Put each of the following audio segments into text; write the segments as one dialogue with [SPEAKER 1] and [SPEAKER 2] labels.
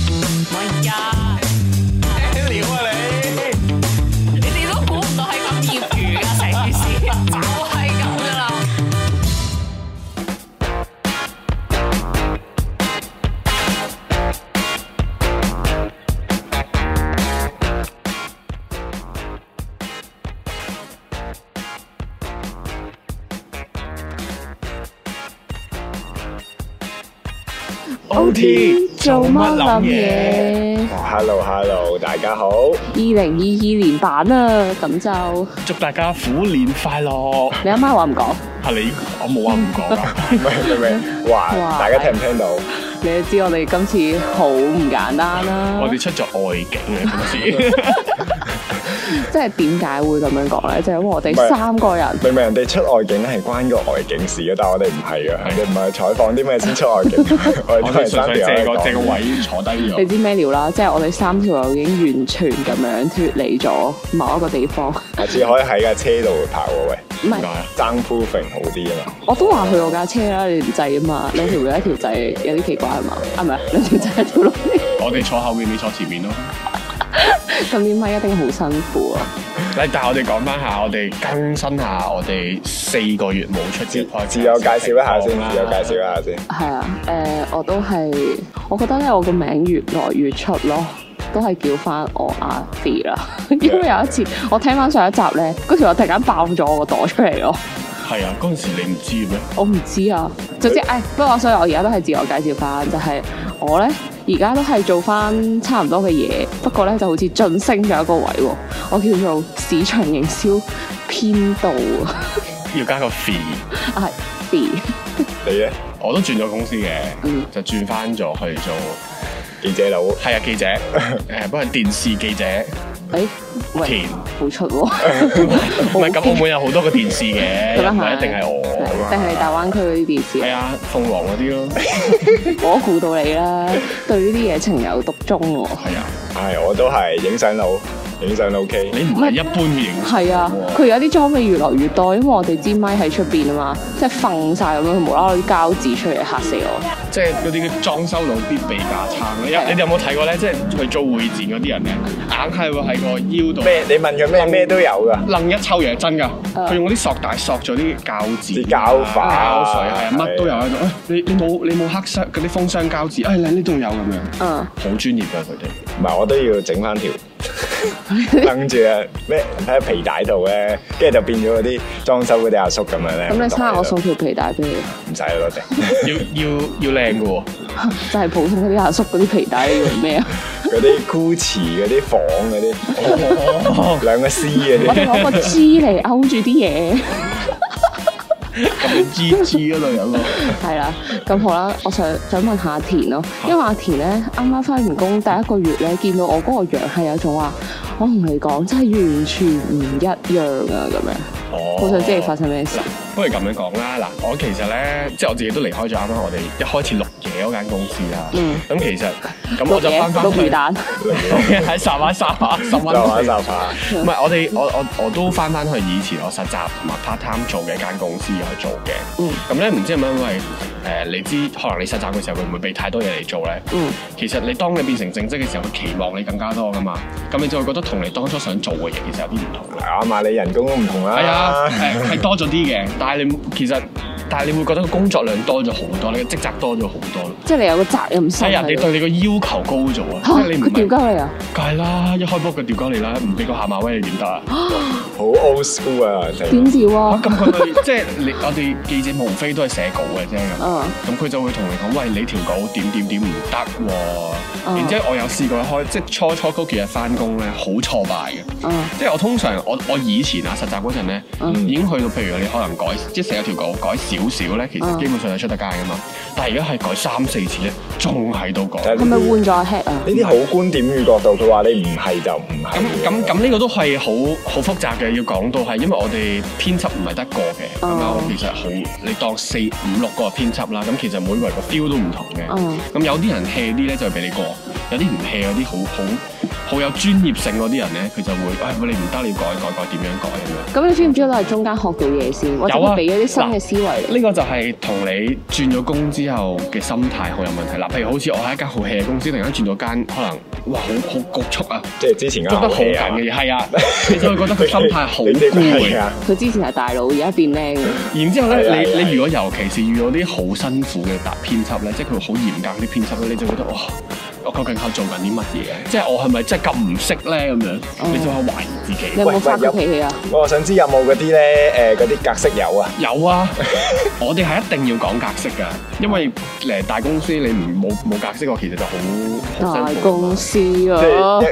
[SPEAKER 1] 哎呀，
[SPEAKER 2] 咩料啊你？
[SPEAKER 1] 你哋都估唔到係咁業餘噶成件事，就係咁噶啦。
[SPEAKER 2] OT
[SPEAKER 3] 做乜諗
[SPEAKER 2] 諗
[SPEAKER 3] 嘢？
[SPEAKER 2] ？Hello Hello，大家好，
[SPEAKER 3] 二零二二年版啊，咁就
[SPEAKER 4] 祝大家虎年快樂！
[SPEAKER 3] 你阿媽話唔講，
[SPEAKER 4] 係你，我冇話唔講啊！
[SPEAKER 2] 唔係唔係，哇！
[SPEAKER 3] 哇
[SPEAKER 2] 啊大家聽唔聽到？
[SPEAKER 3] 你都知我哋今次好唔簡單啦。
[SPEAKER 4] 我哋出咗外景啊，今次
[SPEAKER 3] 即係點解會咁樣講咧？就係因為我哋
[SPEAKER 2] 唔係
[SPEAKER 3] 三個人
[SPEAKER 2] 明明人哋出外景係關個外景事嘅，但係我哋唔係嘅，人哋唔係採訪啲咩先出外景，我
[SPEAKER 4] 我
[SPEAKER 2] 哋都係
[SPEAKER 4] 哋純
[SPEAKER 2] 三
[SPEAKER 4] 粹
[SPEAKER 2] 條
[SPEAKER 4] 借
[SPEAKER 2] 喺
[SPEAKER 4] 個
[SPEAKER 2] 度
[SPEAKER 4] 借個
[SPEAKER 2] 講。
[SPEAKER 4] 位坐低
[SPEAKER 3] 你
[SPEAKER 4] 咗。
[SPEAKER 3] 知咩料啦？即係我哋三條友已經完全咁樣脱離咗某一個地方，唔
[SPEAKER 2] 下次可以喺架車度拍喎，喂，
[SPEAKER 4] 點解
[SPEAKER 3] 係
[SPEAKER 4] 啊？
[SPEAKER 2] 爭 proofing 好啲啊嘛。
[SPEAKER 3] 我都話去我架車啦，你唔制啊嘛，兩條女一條仔有啲奇怪係嘛？啊唔係兩條仔一條女，
[SPEAKER 4] 我哋坐後面，你坐前面咯。
[SPEAKER 3] 咁點解一定好辛苦啊？
[SPEAKER 4] 嚟，但係我哋講翻下，我哋更新下我哋四個月冇出嘅 podcast
[SPEAKER 2] 自我介紹一下先，
[SPEAKER 4] 情況啦
[SPEAKER 2] 自我介紹一下先。
[SPEAKER 3] 係啊，誒、我都係，我覺得咧，我個名越來越出咯，都係叫翻我阿 B 啦。因為有一次我聽翻上一集咧，嗰條友突然間爆咗我個袋出嚟咯，
[SPEAKER 4] 係啊，嗰陣時你唔知嘅咩？
[SPEAKER 3] 我唔知啊。總之，誒、不過所以我而家都係自我介紹翻，就係、我咧而家都係做翻差唔多嘅嘢，不過咧就好似晉升咗一個位喎，我叫做市場營銷編導啊
[SPEAKER 4] 要加個 fee，
[SPEAKER 3] 啊 B，
[SPEAKER 2] 你咧，
[SPEAKER 4] 我都轉咗公司嘅
[SPEAKER 3] 嗯，
[SPEAKER 4] 就轉翻咗去做
[SPEAKER 2] 記者佬，
[SPEAKER 4] 係啊記者，誒不過電視記者
[SPEAKER 3] 誒、喂
[SPEAKER 4] 田。，
[SPEAKER 3] 好出喎、
[SPEAKER 4] 唔係咁，澳門有好多個電視嘅，
[SPEAKER 3] 咁
[SPEAKER 4] 又
[SPEAKER 3] 啊
[SPEAKER 4] 唔
[SPEAKER 3] 係
[SPEAKER 4] 係一定係我
[SPEAKER 3] 係
[SPEAKER 4] 咁啊
[SPEAKER 3] 定係大灣區嗰啲電視
[SPEAKER 4] 係
[SPEAKER 3] 啊？
[SPEAKER 4] 啊，鳳凰嗰啲咯，
[SPEAKER 3] 我估到你 啦，對呢啲嘢情有獨鍾
[SPEAKER 4] 係
[SPEAKER 3] 喎。
[SPEAKER 4] 啊，
[SPEAKER 2] 唉，我都係影相佬，影相佬 K。
[SPEAKER 4] 你唔係一般嘅影相
[SPEAKER 3] 係啊，佢
[SPEAKER 4] 喎
[SPEAKER 3] 而家啲裝備越來越多，因為我哋支咪喺出邊啊嘛，即係瞓晒咁樣，佢無啦啦啲膠紙出嚟嚇死我。
[SPEAKER 4] 即係嗰啲裝修佬必備架撐咧。
[SPEAKER 3] 係啊
[SPEAKER 4] 有你哋有冇睇過咧？即係去租會展嗰啲人咧，硬係會喺個腰度
[SPEAKER 2] 咩？你問佢咩咩都有噶。
[SPEAKER 4] 楞一抽嘢，真㗎。
[SPEAKER 3] 啊
[SPEAKER 4] 佢用嗰啲索帶索咗啲膠紙、啊
[SPEAKER 2] 啲膠粉
[SPEAKER 4] 膠水係啊，乜都有
[SPEAKER 2] 係
[SPEAKER 4] 喺度。哎你你冇你冇黑色嗰啲封箱膠紙，哎，你呢度有咁樣，
[SPEAKER 3] 嗯，
[SPEAKER 4] 好專業㗎佢哋。
[SPEAKER 2] 唔係，我都要整翻條 蹬住啊咩喺皮帶度咧，跟住就變咗嗰啲裝修嗰啲阿叔咁樣咧。
[SPEAKER 3] 咁你猜下我
[SPEAKER 2] 送
[SPEAKER 3] 送條皮帶俾你，
[SPEAKER 2] 唔使啦，多謝。
[SPEAKER 4] 要要要靚㗎喎，
[SPEAKER 3] 就係普通嗰啲阿叔嗰啲皮帶，你用咩 啊？
[SPEAKER 2] 嗰啲 Gucci 嗰啲房嗰 啲，
[SPEAKER 4] 哦
[SPEAKER 2] 兩個 C 嗰
[SPEAKER 3] 我
[SPEAKER 2] 啲，
[SPEAKER 3] 哋攞個支嚟勾住啲嘢。
[SPEAKER 4] 咁 G G 嗰度有個。
[SPEAKER 3] 係啦，咁好啦，我想想問下田咯，
[SPEAKER 4] 啊
[SPEAKER 3] 因為阿田咧啱啱翻完工第一個月咧，見到我嗰個樣係有種話，我同你講真係完全唔一樣啊咁樣，
[SPEAKER 4] 哦
[SPEAKER 3] 好想知你發生咩事
[SPEAKER 4] 嗱，不如咁樣講啦。嗱，我其實咧，即係我自己都離開咗啱啱我哋一開始錄嘢嗰間公司啦。
[SPEAKER 3] 嗯
[SPEAKER 4] 咁其實咁
[SPEAKER 3] 碌
[SPEAKER 4] 我就
[SPEAKER 3] 嘢
[SPEAKER 4] 翻翻
[SPEAKER 3] 碌魚
[SPEAKER 4] 去
[SPEAKER 3] 蛋，
[SPEAKER 4] 喺十蚊十蚊十
[SPEAKER 2] 就玩
[SPEAKER 4] 蚊。
[SPEAKER 2] 手法。
[SPEAKER 4] 唔係，我哋我我我都翻翻去以前我實習同埋 part time 做嘅一間公司去做嘅。
[SPEAKER 3] 嗯
[SPEAKER 4] 咁咧唔知係咪因為誒，你知可能你實習嘅時候佢唔會俾太多嘢你做咧。
[SPEAKER 3] 嗯，
[SPEAKER 4] 其實你當你變成正職嘅時候，佢期望你更加多噶嘛。咁你就會覺得同你當初想做嘅嘢其實有啲唔同啦。
[SPEAKER 2] 啱嘛，你人工都唔同
[SPEAKER 4] 係啊，
[SPEAKER 2] 啦。
[SPEAKER 4] 誒係多咗啲嘅，但係你其實，但係你會覺得個工作量多咗好多，你嘅職責多咗好多咯。
[SPEAKER 3] 即係你有個責任心
[SPEAKER 4] 係人
[SPEAKER 3] 喺
[SPEAKER 4] 哋
[SPEAKER 3] 度。
[SPEAKER 4] 哎對你個要求高咗啊！
[SPEAKER 3] 嚇
[SPEAKER 4] 即係你唔
[SPEAKER 3] 佢
[SPEAKER 4] 係
[SPEAKER 3] 調鳩你啊！
[SPEAKER 4] 梗係啦，一開波佢調鳩你啦，唔俾個下馬威你點得啊？
[SPEAKER 2] 好 old school 啊，成
[SPEAKER 3] 點調
[SPEAKER 4] 哇
[SPEAKER 3] 啊？
[SPEAKER 4] 咁佢咪 即係你我哋記者無非都係寫稿嘅啫咁。
[SPEAKER 3] 嗯
[SPEAKER 4] 咁佢就會同你講：喂，你條稿點點點唔得
[SPEAKER 3] 嗯
[SPEAKER 4] 喎。然之後我有試過開，即係初初嗰幾日翻工咧，好挫敗嘅。
[SPEAKER 3] 嗯
[SPEAKER 4] 即係我通常我我以前啊實習嗰陣咧，
[SPEAKER 3] 嗯
[SPEAKER 4] 已經去到譬如你可能改即係寫咗條稿改少少咧，其
[SPEAKER 3] 嗯
[SPEAKER 4] 實基本上係出得街噶嘛。但係而家係改三四次咧，仲喺度改。
[SPEAKER 2] 但
[SPEAKER 3] 係咪換咗阿 head 啊？
[SPEAKER 2] 呢啲好觀點與角度，佢話你唔係就唔係
[SPEAKER 4] 咁
[SPEAKER 2] 嘅。
[SPEAKER 4] 咁咁呢個都係好好複雜嘅，要講到係因為我哋編輯唔係得個嘅，咁啊、
[SPEAKER 3] 哦
[SPEAKER 4] 我其實好你當四五六個編輯啦，咁其實每個人個 feel 都唔同嘅。
[SPEAKER 3] 嗯
[SPEAKER 4] 咁有啲人 hea 啲咧就係俾你過，有啲唔 hea 有啲好好好有專業性嗰啲人咧，佢就會誒、哎、你唔得你要改改改點樣改咁樣。
[SPEAKER 3] 咁你 feel 唔 feel 到係中間學到嘢先，或者
[SPEAKER 4] 有啊
[SPEAKER 3] 佢俾咗啲新嘅思維你？
[SPEAKER 4] 呢個就係同你轉咗工之後嘅心態好有問題啦。譬如好似我喺一間好 hea 嘅公司，突然間轉咗間可能哇好好局促啊，
[SPEAKER 2] 即係之前嗰
[SPEAKER 4] 捉得
[SPEAKER 2] 個
[SPEAKER 4] 好
[SPEAKER 2] 戲
[SPEAKER 4] 緊
[SPEAKER 2] 啊，
[SPEAKER 4] 嘅嘢，係啊，你就會覺得佢心態好攰
[SPEAKER 2] 係。 啊，
[SPEAKER 3] 佢之前係大佬，而家變靚。
[SPEAKER 4] 然之後
[SPEAKER 2] 係啊
[SPEAKER 4] 咧，
[SPEAKER 2] 係
[SPEAKER 4] 你
[SPEAKER 2] 啊
[SPEAKER 4] 你如果尤其是遇到啲好辛苦嘅搭編輯咧，即係佢好嚴格啲編輯咧，你就覺得哇，我究竟喺度做緊啲乜嘢？即係我係咪真係咁唔識咧？咁樣你就會懷疑自己
[SPEAKER 3] 你。有
[SPEAKER 2] 喂
[SPEAKER 3] 冇發過脾氣啊？
[SPEAKER 2] 我想知有冇嗰啲咧誒嗰啲格式有啊？
[SPEAKER 4] 有啊， 我哋係一定要講格式㗎，因為誒大公司你唔冇冇格式，我其實就好好
[SPEAKER 3] 大
[SPEAKER 4] 辛苦。
[SPEAKER 3] 公司
[SPEAKER 2] 即
[SPEAKER 3] 啊
[SPEAKER 2] 係，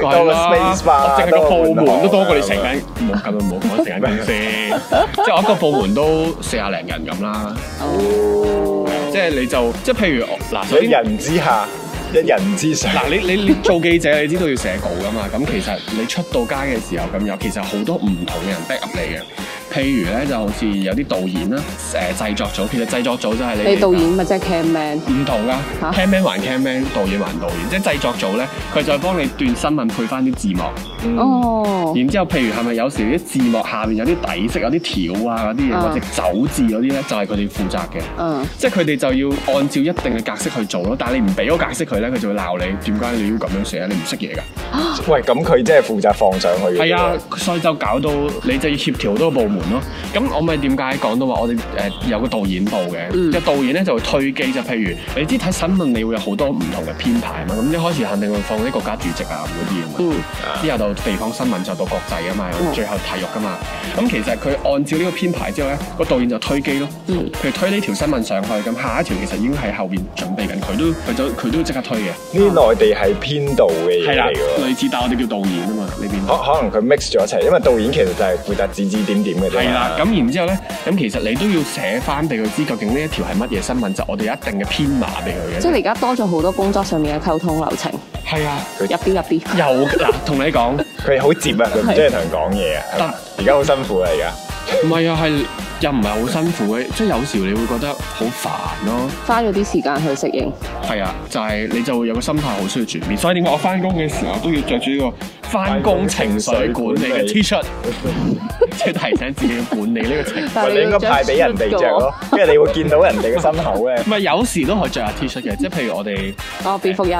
[SPEAKER 4] 梗係
[SPEAKER 2] 多個
[SPEAKER 4] 哦啦
[SPEAKER 2] space 吧，
[SPEAKER 4] 我淨係個部
[SPEAKER 2] 啊
[SPEAKER 4] 門都多過你成
[SPEAKER 2] 成
[SPEAKER 4] 間，冇咁樣冇講成間公司， 即係我一個部門都四廿零人咁啦，
[SPEAKER 3] 哦
[SPEAKER 4] 即係你就即係譬如我嗱，首
[SPEAKER 2] 一
[SPEAKER 4] 先
[SPEAKER 2] 人之下，一人之上。
[SPEAKER 4] 嗱，你你你做記者，你知道要寫稿噶嘛？咁其實你出到街嘅時候，咁有其實好多唔同嘅人 back up 你嘅。譬如咧，就好似有啲導演啦，誒、製作組，其實製作組就係你
[SPEAKER 3] 你
[SPEAKER 4] 哋
[SPEAKER 3] 導演咪即係 cam man，
[SPEAKER 4] 唔同噶
[SPEAKER 3] 嚇
[SPEAKER 4] ，cameraman 還 cameraman，導演還導演，即係製作組咧，佢就幫你段新聞配翻啲字幕。
[SPEAKER 3] 哦，
[SPEAKER 4] 然之後，譬如係咪有時啲字幕下面有啲底色、有啲條啊嗰啲嘢，
[SPEAKER 3] 啊
[SPEAKER 4] 或者走字嗰啲咧，就係佢哋負責嘅。
[SPEAKER 3] 嗯，
[SPEAKER 4] 即係佢哋就要按照一定嘅格式去做咯，但係你唔俾嗰個格式佢咧，佢就會鬧你。點解你要咁樣寫？你唔識嘢㗎。
[SPEAKER 2] 喂，咁佢即係負責放上去嘅。
[SPEAKER 4] 係啊，所以就搞到你就要協調多個部門咯。咁我咪點解講到話我哋誒有個導演部嘅，
[SPEAKER 3] 嗯
[SPEAKER 4] 即係導演咧就會推機就譬如你知睇新聞，你會有好多唔同嘅編排啊嘛。咁一開始肯定會放啲國家主席啊嗰啲啊嘛。
[SPEAKER 3] 嗯
[SPEAKER 4] 之後到地方新聞就到國際啊嘛，
[SPEAKER 3] 嗯
[SPEAKER 4] 最後體育噶嘛。咁其實佢按照呢個編排之後咧，個導演就推機咯。
[SPEAKER 3] 嗯
[SPEAKER 4] 譬如推呢條新聞上去，咁下一條其實已經喺後邊準備緊，佢都佢就佢都即刻推嘅。
[SPEAKER 2] 呢內地係啊編導嘅
[SPEAKER 4] 係
[SPEAKER 2] 嘢
[SPEAKER 4] 啦
[SPEAKER 2] 嚟嘅，喎。
[SPEAKER 4] 類似，但係我哋叫導演啊嘛呢邊。
[SPEAKER 2] 可可能佢 mix 咗一齊，因為導演其實就係負責指指點點嘅啫嘛。
[SPEAKER 4] 係啦，咁然之後咧，咁其實你都要寫翻俾佢知，究竟呢一條係乜嘢新聞，就我哋有一定嘅編碼俾佢嘅。
[SPEAKER 3] 即係你而家多咗好多工作上面嘅溝通流程，入
[SPEAKER 4] 係啊，
[SPEAKER 3] 啲入啲。
[SPEAKER 4] 又嗱，同你講，唔
[SPEAKER 2] 佢好接啊，佢唔中意同人講嘢啊係嘛。而家好辛苦啊，而家。
[SPEAKER 4] 係啊，係又唔係好辛苦嘅，即係有時你會覺得好煩咯。
[SPEAKER 3] 花咗啲時間去適應，
[SPEAKER 4] 係啊，就係、你就會有個心態好需要轉變，所以點解我翻工嘅時候都要着住呢個翻工情緒管理嘅 T 恤， 即係提醒自己要管理呢個情緒。
[SPEAKER 3] 但
[SPEAKER 2] 喂
[SPEAKER 3] 係
[SPEAKER 2] 你應
[SPEAKER 3] 要
[SPEAKER 2] 該派俾人哋着咯，因為你會見到人哋嘅心口咧
[SPEAKER 4] 唔。係有時都可以着下 T 恤嘅，即係譬如我哋。
[SPEAKER 3] 出個。哦，蝙蝠一，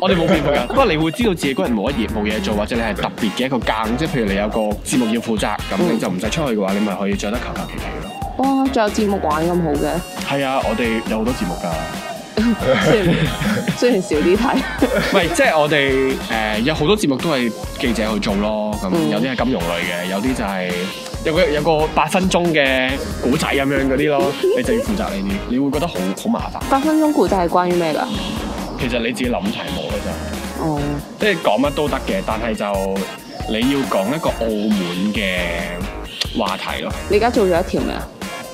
[SPEAKER 4] 我哋冇變過㗎， 不過你會知道自己嗰日冇乜嘢冇嘢做，或者你係特別嘅一個更，即係譬如你有個節目要負責，咁你就唔使出去嘅話，你咪可以着得求求其其咯。
[SPEAKER 3] 哇！仲有節目玩咁好嘅，
[SPEAKER 4] 係啊，我哋有好多節目㗎，
[SPEAKER 3] 雖 然雖然少啲睇，
[SPEAKER 4] 唔係即係我哋誒、呃有好多節目都係記者去做咯，咁
[SPEAKER 3] 嗯
[SPEAKER 4] 有啲係金融類嘅，有啲就係、有個有個八分鐘嘅古仔咁樣嗰啲咯，你就要負責呢啲，你會覺得好好麻煩。
[SPEAKER 3] 八分鐘故仔係關於咩㗎？
[SPEAKER 4] 其實你自己諗題目嘅啫。
[SPEAKER 3] 哦，
[SPEAKER 4] 即係講乜都得嘅，但係就你要講一個澳門嘅話題咯，
[SPEAKER 3] 你而家做咗一條未啊？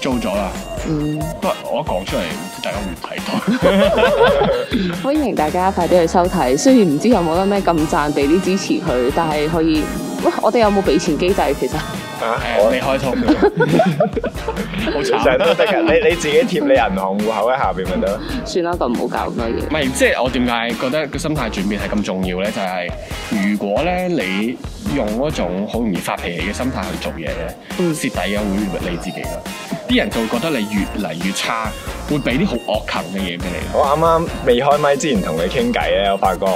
[SPEAKER 4] 做咗啦。
[SPEAKER 3] 嗯，
[SPEAKER 4] 不過我一講出嚟，唔知大家會唔睇到。
[SPEAKER 3] 歡迎大家快啲去收睇。雖然唔知有冇得咩咁讚俾啲支持佢，但係可以。喂，我哋有冇俾錢機制其 實？
[SPEAKER 2] 啊，
[SPEAKER 4] 誒，
[SPEAKER 2] 我
[SPEAKER 4] 未開通， 好
[SPEAKER 2] 其實都
[SPEAKER 4] 慘。啊
[SPEAKER 2] 得㗎，你你自己貼你銀行戶口喺下邊咪得咯。
[SPEAKER 3] 算啦，咁唔好搞咁多嘢。
[SPEAKER 4] 唔係，即係我點解覺得個心態轉變係咁重要咧？就係、如果咧你用嗰種好容易發脾氣嘅心態去做嘢咧，
[SPEAKER 3] 嗯
[SPEAKER 4] 蝕底嘅會你自己咯。啲人就會覺得你越嚟越差，會俾啲好惡啃嘅嘢俾你。
[SPEAKER 2] 我啱啱未開麥之前同佢傾偈咧，我發覺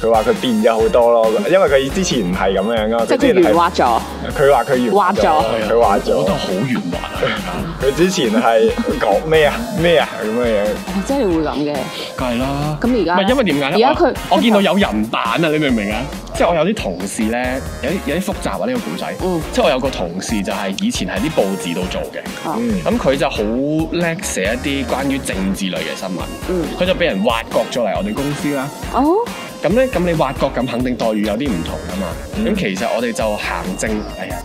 [SPEAKER 2] 佢話佢變咗好多咯，因為佢之前唔係咁樣噶，
[SPEAKER 3] 即係
[SPEAKER 2] 之前
[SPEAKER 3] 佢
[SPEAKER 2] 係
[SPEAKER 3] 圓滑咗，
[SPEAKER 2] 佢話佢圓
[SPEAKER 3] 滑咗
[SPEAKER 2] 哦佢話
[SPEAKER 4] 我覺得
[SPEAKER 2] 咗，
[SPEAKER 4] 好圓滑啊！而家
[SPEAKER 2] 佢之前係講咩啊咩啊咁嘅樣，
[SPEAKER 3] 哦，即係會咁嘅。
[SPEAKER 4] 梗係啦。
[SPEAKER 3] 咁而家
[SPEAKER 4] 唔係因為點解咧？
[SPEAKER 3] 而家佢
[SPEAKER 4] 我我見到有人版啊，你明唔明啊？即係我有啲同事咧，有啲有啲複雜啊呢個故仔。
[SPEAKER 3] 嗯
[SPEAKER 4] 即係我有個同事就係以前喺啲報紙度做嘅，
[SPEAKER 3] 哦，
[SPEAKER 2] 嗯，
[SPEAKER 4] 咁佢就好叻寫一啲關於政治類嘅新聞。
[SPEAKER 3] 嗯
[SPEAKER 4] 佢就俾人挖角咗嚟我哋公司啦。
[SPEAKER 3] 哦，
[SPEAKER 4] 咁咧，咁你挖角咁肯定待遇有啲唔同噶嘛。咁、
[SPEAKER 2] 嗯
[SPEAKER 4] 其實我哋就行政，哎呀，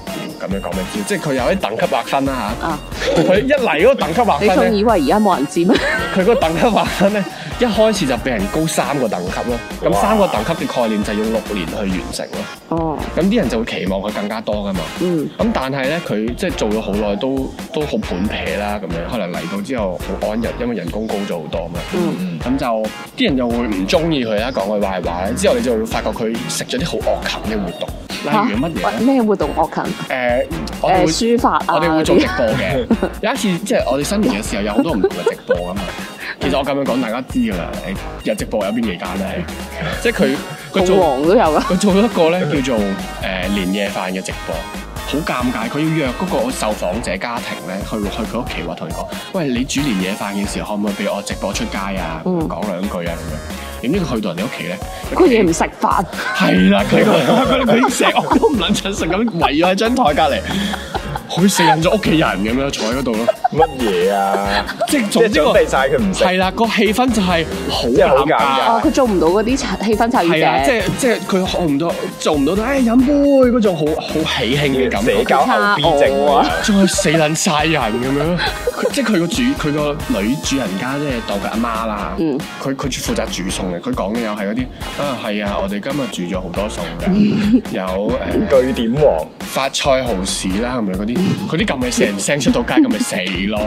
[SPEAKER 4] 咁樣講咩先？即係佢有啲等級劃分啦
[SPEAKER 3] 啊，
[SPEAKER 4] 吓，佢一嚟嗰個等級劃
[SPEAKER 3] 你
[SPEAKER 4] 分
[SPEAKER 3] 仲
[SPEAKER 4] 咧，
[SPEAKER 3] 以為而家冇人知咩？
[SPEAKER 4] 佢嗰個等級劃分咧 一開始就比人高三個等級咯。咁
[SPEAKER 2] 哇
[SPEAKER 4] 三個等級嘅概念就要六年去完成咯。
[SPEAKER 3] 哦，
[SPEAKER 4] 咁啲人就會期望佢更加多噶嘛。
[SPEAKER 3] 嗯，
[SPEAKER 4] 咁但係咧，佢即係做咗好耐，都都好盤撇啦咁樣。可能嚟到之後好安逸，因為人工高咗好多嘛。
[SPEAKER 2] 嗯
[SPEAKER 4] 咁就啲人又會唔中意佢啦，講佢壞話之後你就會發覺佢食咗啲好惡禽嘅活動，
[SPEAKER 3] 嚇
[SPEAKER 4] 例如乜嘢
[SPEAKER 3] 喂
[SPEAKER 4] 咧？
[SPEAKER 3] 咩活動樂琴？
[SPEAKER 4] 誒、我哋
[SPEAKER 3] 誒
[SPEAKER 4] 會
[SPEAKER 3] 書法啊
[SPEAKER 4] 我哋會做
[SPEAKER 3] 嗰
[SPEAKER 4] 直
[SPEAKER 3] 啲
[SPEAKER 4] 播 嘅。有一次即係我哋新年嘅時候有好多唔同嘅直播啊 嘛。其實我咁樣講大家知㗎啦，誒有直播有邊幾間 咧？即係佢佢
[SPEAKER 3] 鳳
[SPEAKER 4] 做。
[SPEAKER 3] 凰都有啊噶，
[SPEAKER 4] 佢做咗一個咧叫做誒、呃、年夜飯嘅直播，好尷尬。佢要約嗰個受訪者家庭咧，去去佢屋企話同佢講：，喂，你煮年夜飯嘅時候，可唔可以俾我直播出街啊？
[SPEAKER 3] 嗯
[SPEAKER 4] 講兩句啊咁樣。點知佢去到人哋屋企咧，
[SPEAKER 3] 佢嘢唔食飯，
[SPEAKER 4] 係啦，佢 佢佢成屋都唔撚親食咁圍咗喺張台隔離，佢食人咗屋企人咁樣坐喺嗰度咯。
[SPEAKER 2] 乜嘢啊？
[SPEAKER 4] 即係
[SPEAKER 2] 即
[SPEAKER 4] 總
[SPEAKER 2] 係
[SPEAKER 4] 之個
[SPEAKER 2] 準備晒佢唔食，
[SPEAKER 4] 係啦，個氣氛就係好
[SPEAKER 2] 即係好
[SPEAKER 4] 尷
[SPEAKER 2] 尷
[SPEAKER 4] 尬
[SPEAKER 2] 尬。
[SPEAKER 3] 哦，佢做唔到嗰啲氣氛參與
[SPEAKER 4] 係啊，即
[SPEAKER 3] 者，
[SPEAKER 4] 係即係佢學唔到，做唔到到，誒、飲杯嗰種好好喜慶嘅感
[SPEAKER 2] 社
[SPEAKER 4] 覺，
[SPEAKER 2] 交後 B 症啊！
[SPEAKER 4] 仲係死撚晒人咁樣。佢即係佢個主佢個女主人家即係當佢阿媽啦，
[SPEAKER 3] 嗯
[SPEAKER 4] 佢佢負責煮餸嘅，佢講嘅又係嗰啲啊係啊，我哋今日煮咗好多餸㗎，有誒、
[SPEAKER 2] 據點王，
[SPEAKER 4] 發菜蠔豉啦，咁樣嗰啲，嗰啲咁咪成聲出到街，咁咪死咯。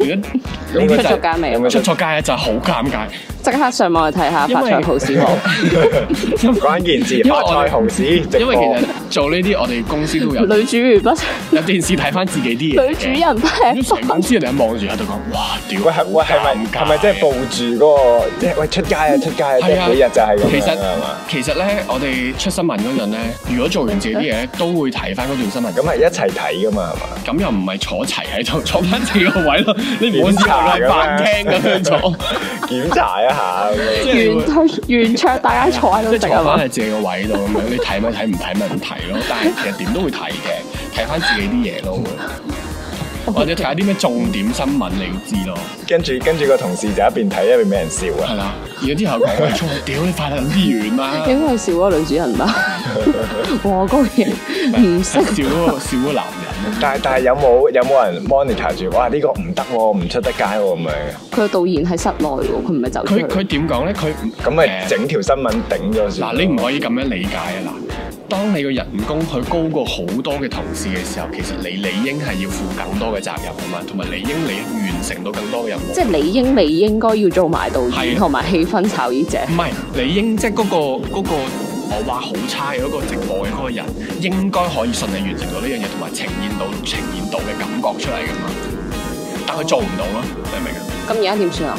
[SPEAKER 4] 而家
[SPEAKER 2] 有冇
[SPEAKER 3] 出咗街未啊
[SPEAKER 2] 有冇
[SPEAKER 4] 出
[SPEAKER 2] 出
[SPEAKER 4] 咗街啊咧就好尷尬，
[SPEAKER 3] 即刻上網去睇下
[SPEAKER 4] 因為
[SPEAKER 3] 發財 好市王，
[SPEAKER 2] 關鍵字
[SPEAKER 4] 因為
[SPEAKER 2] 發
[SPEAKER 4] 我
[SPEAKER 2] 菜豪市直
[SPEAKER 4] 因為其
[SPEAKER 2] 播
[SPEAKER 4] 實，做呢啲我哋公司都 有。
[SPEAKER 3] 女主如不，
[SPEAKER 4] 有電視睇翻自己啲嘢嘅。
[SPEAKER 3] 女主人不吃
[SPEAKER 4] 咁成公司人哋望住喺度講，哇！屌，
[SPEAKER 2] 喂係喂係咪係咪即係報住嗰個即係喂出街啊出街啊，即
[SPEAKER 4] 係
[SPEAKER 2] 係
[SPEAKER 4] 啊
[SPEAKER 2] 每日就係
[SPEAKER 4] 其
[SPEAKER 2] 咁樣
[SPEAKER 4] 實
[SPEAKER 2] 啦係嘛？
[SPEAKER 4] 其實咧，我哋出新聞嗰陣咧，如果做完自己啲嘢咧，都會睇翻嗰段新聞。
[SPEAKER 2] 嗯咁係一齊睇噶嘛係嘛？
[SPEAKER 4] 咁又唔係坐齊喺度，坐翻自己個位咯。你唔好
[SPEAKER 2] 檢查
[SPEAKER 4] 試下
[SPEAKER 2] 咁
[SPEAKER 4] 飯
[SPEAKER 2] 樣
[SPEAKER 4] 廳咁樣 坐，
[SPEAKER 2] 檢查一下咁樣
[SPEAKER 4] 即係你會
[SPEAKER 3] 圓桌圓桌大家坐喺度
[SPEAKER 4] 即係
[SPEAKER 3] 食啊
[SPEAKER 4] 坐
[SPEAKER 3] 嘛
[SPEAKER 4] 翻，喺自己個位度咁樣。你睇咪睇，唔睇咪唔睇咯。但係其實點都會睇嘅，睇翻自己啲嘢 咯。會或者睇下啲咩重點新聞，你要知咯。
[SPEAKER 2] 跟住跟住個同事就一邊睇一邊俾人笑啊！
[SPEAKER 4] 係啦，然之後講喂， 操，屌你快啲醫完啦！
[SPEAKER 3] 應該係少咗女 主人吧？我嗰個嘢唔識
[SPEAKER 4] 笑。嗰個笑嗰個男人，
[SPEAKER 2] 但係但係有冇有冇人 monitor 住？哇！呢個唔得喎，唔出得街喎咁樣，
[SPEAKER 3] 佢導演喺室內喎，佢唔係走出去。
[SPEAKER 4] 佢佢點講咧？佢
[SPEAKER 2] 咁咪整條新聞頂咗
[SPEAKER 4] 誒
[SPEAKER 2] 先。
[SPEAKER 4] 嗱，你唔可以咁樣理解啊！嗱，當你個人工佢高過好多嘅同事嘅時候，其實你理應係要負更多嘅責任啊嘛，同埋理應你完成到更多嘅任務。啊
[SPEAKER 3] 即係理應你應該要做埋導
[SPEAKER 4] 係
[SPEAKER 3] 演
[SPEAKER 4] 啊
[SPEAKER 3] 同埋氣氛炒熱者。
[SPEAKER 4] 唔係理應即係嗰個嗰個我話好差嘅嗰個直播嘅嗰個人，應該可以順利完成到呢樣嘢，同埋呈現到呈現到嘅感覺出嚟噶嘛。但佢做唔到咯，你明唔明啊？
[SPEAKER 3] 咁而家點算啊？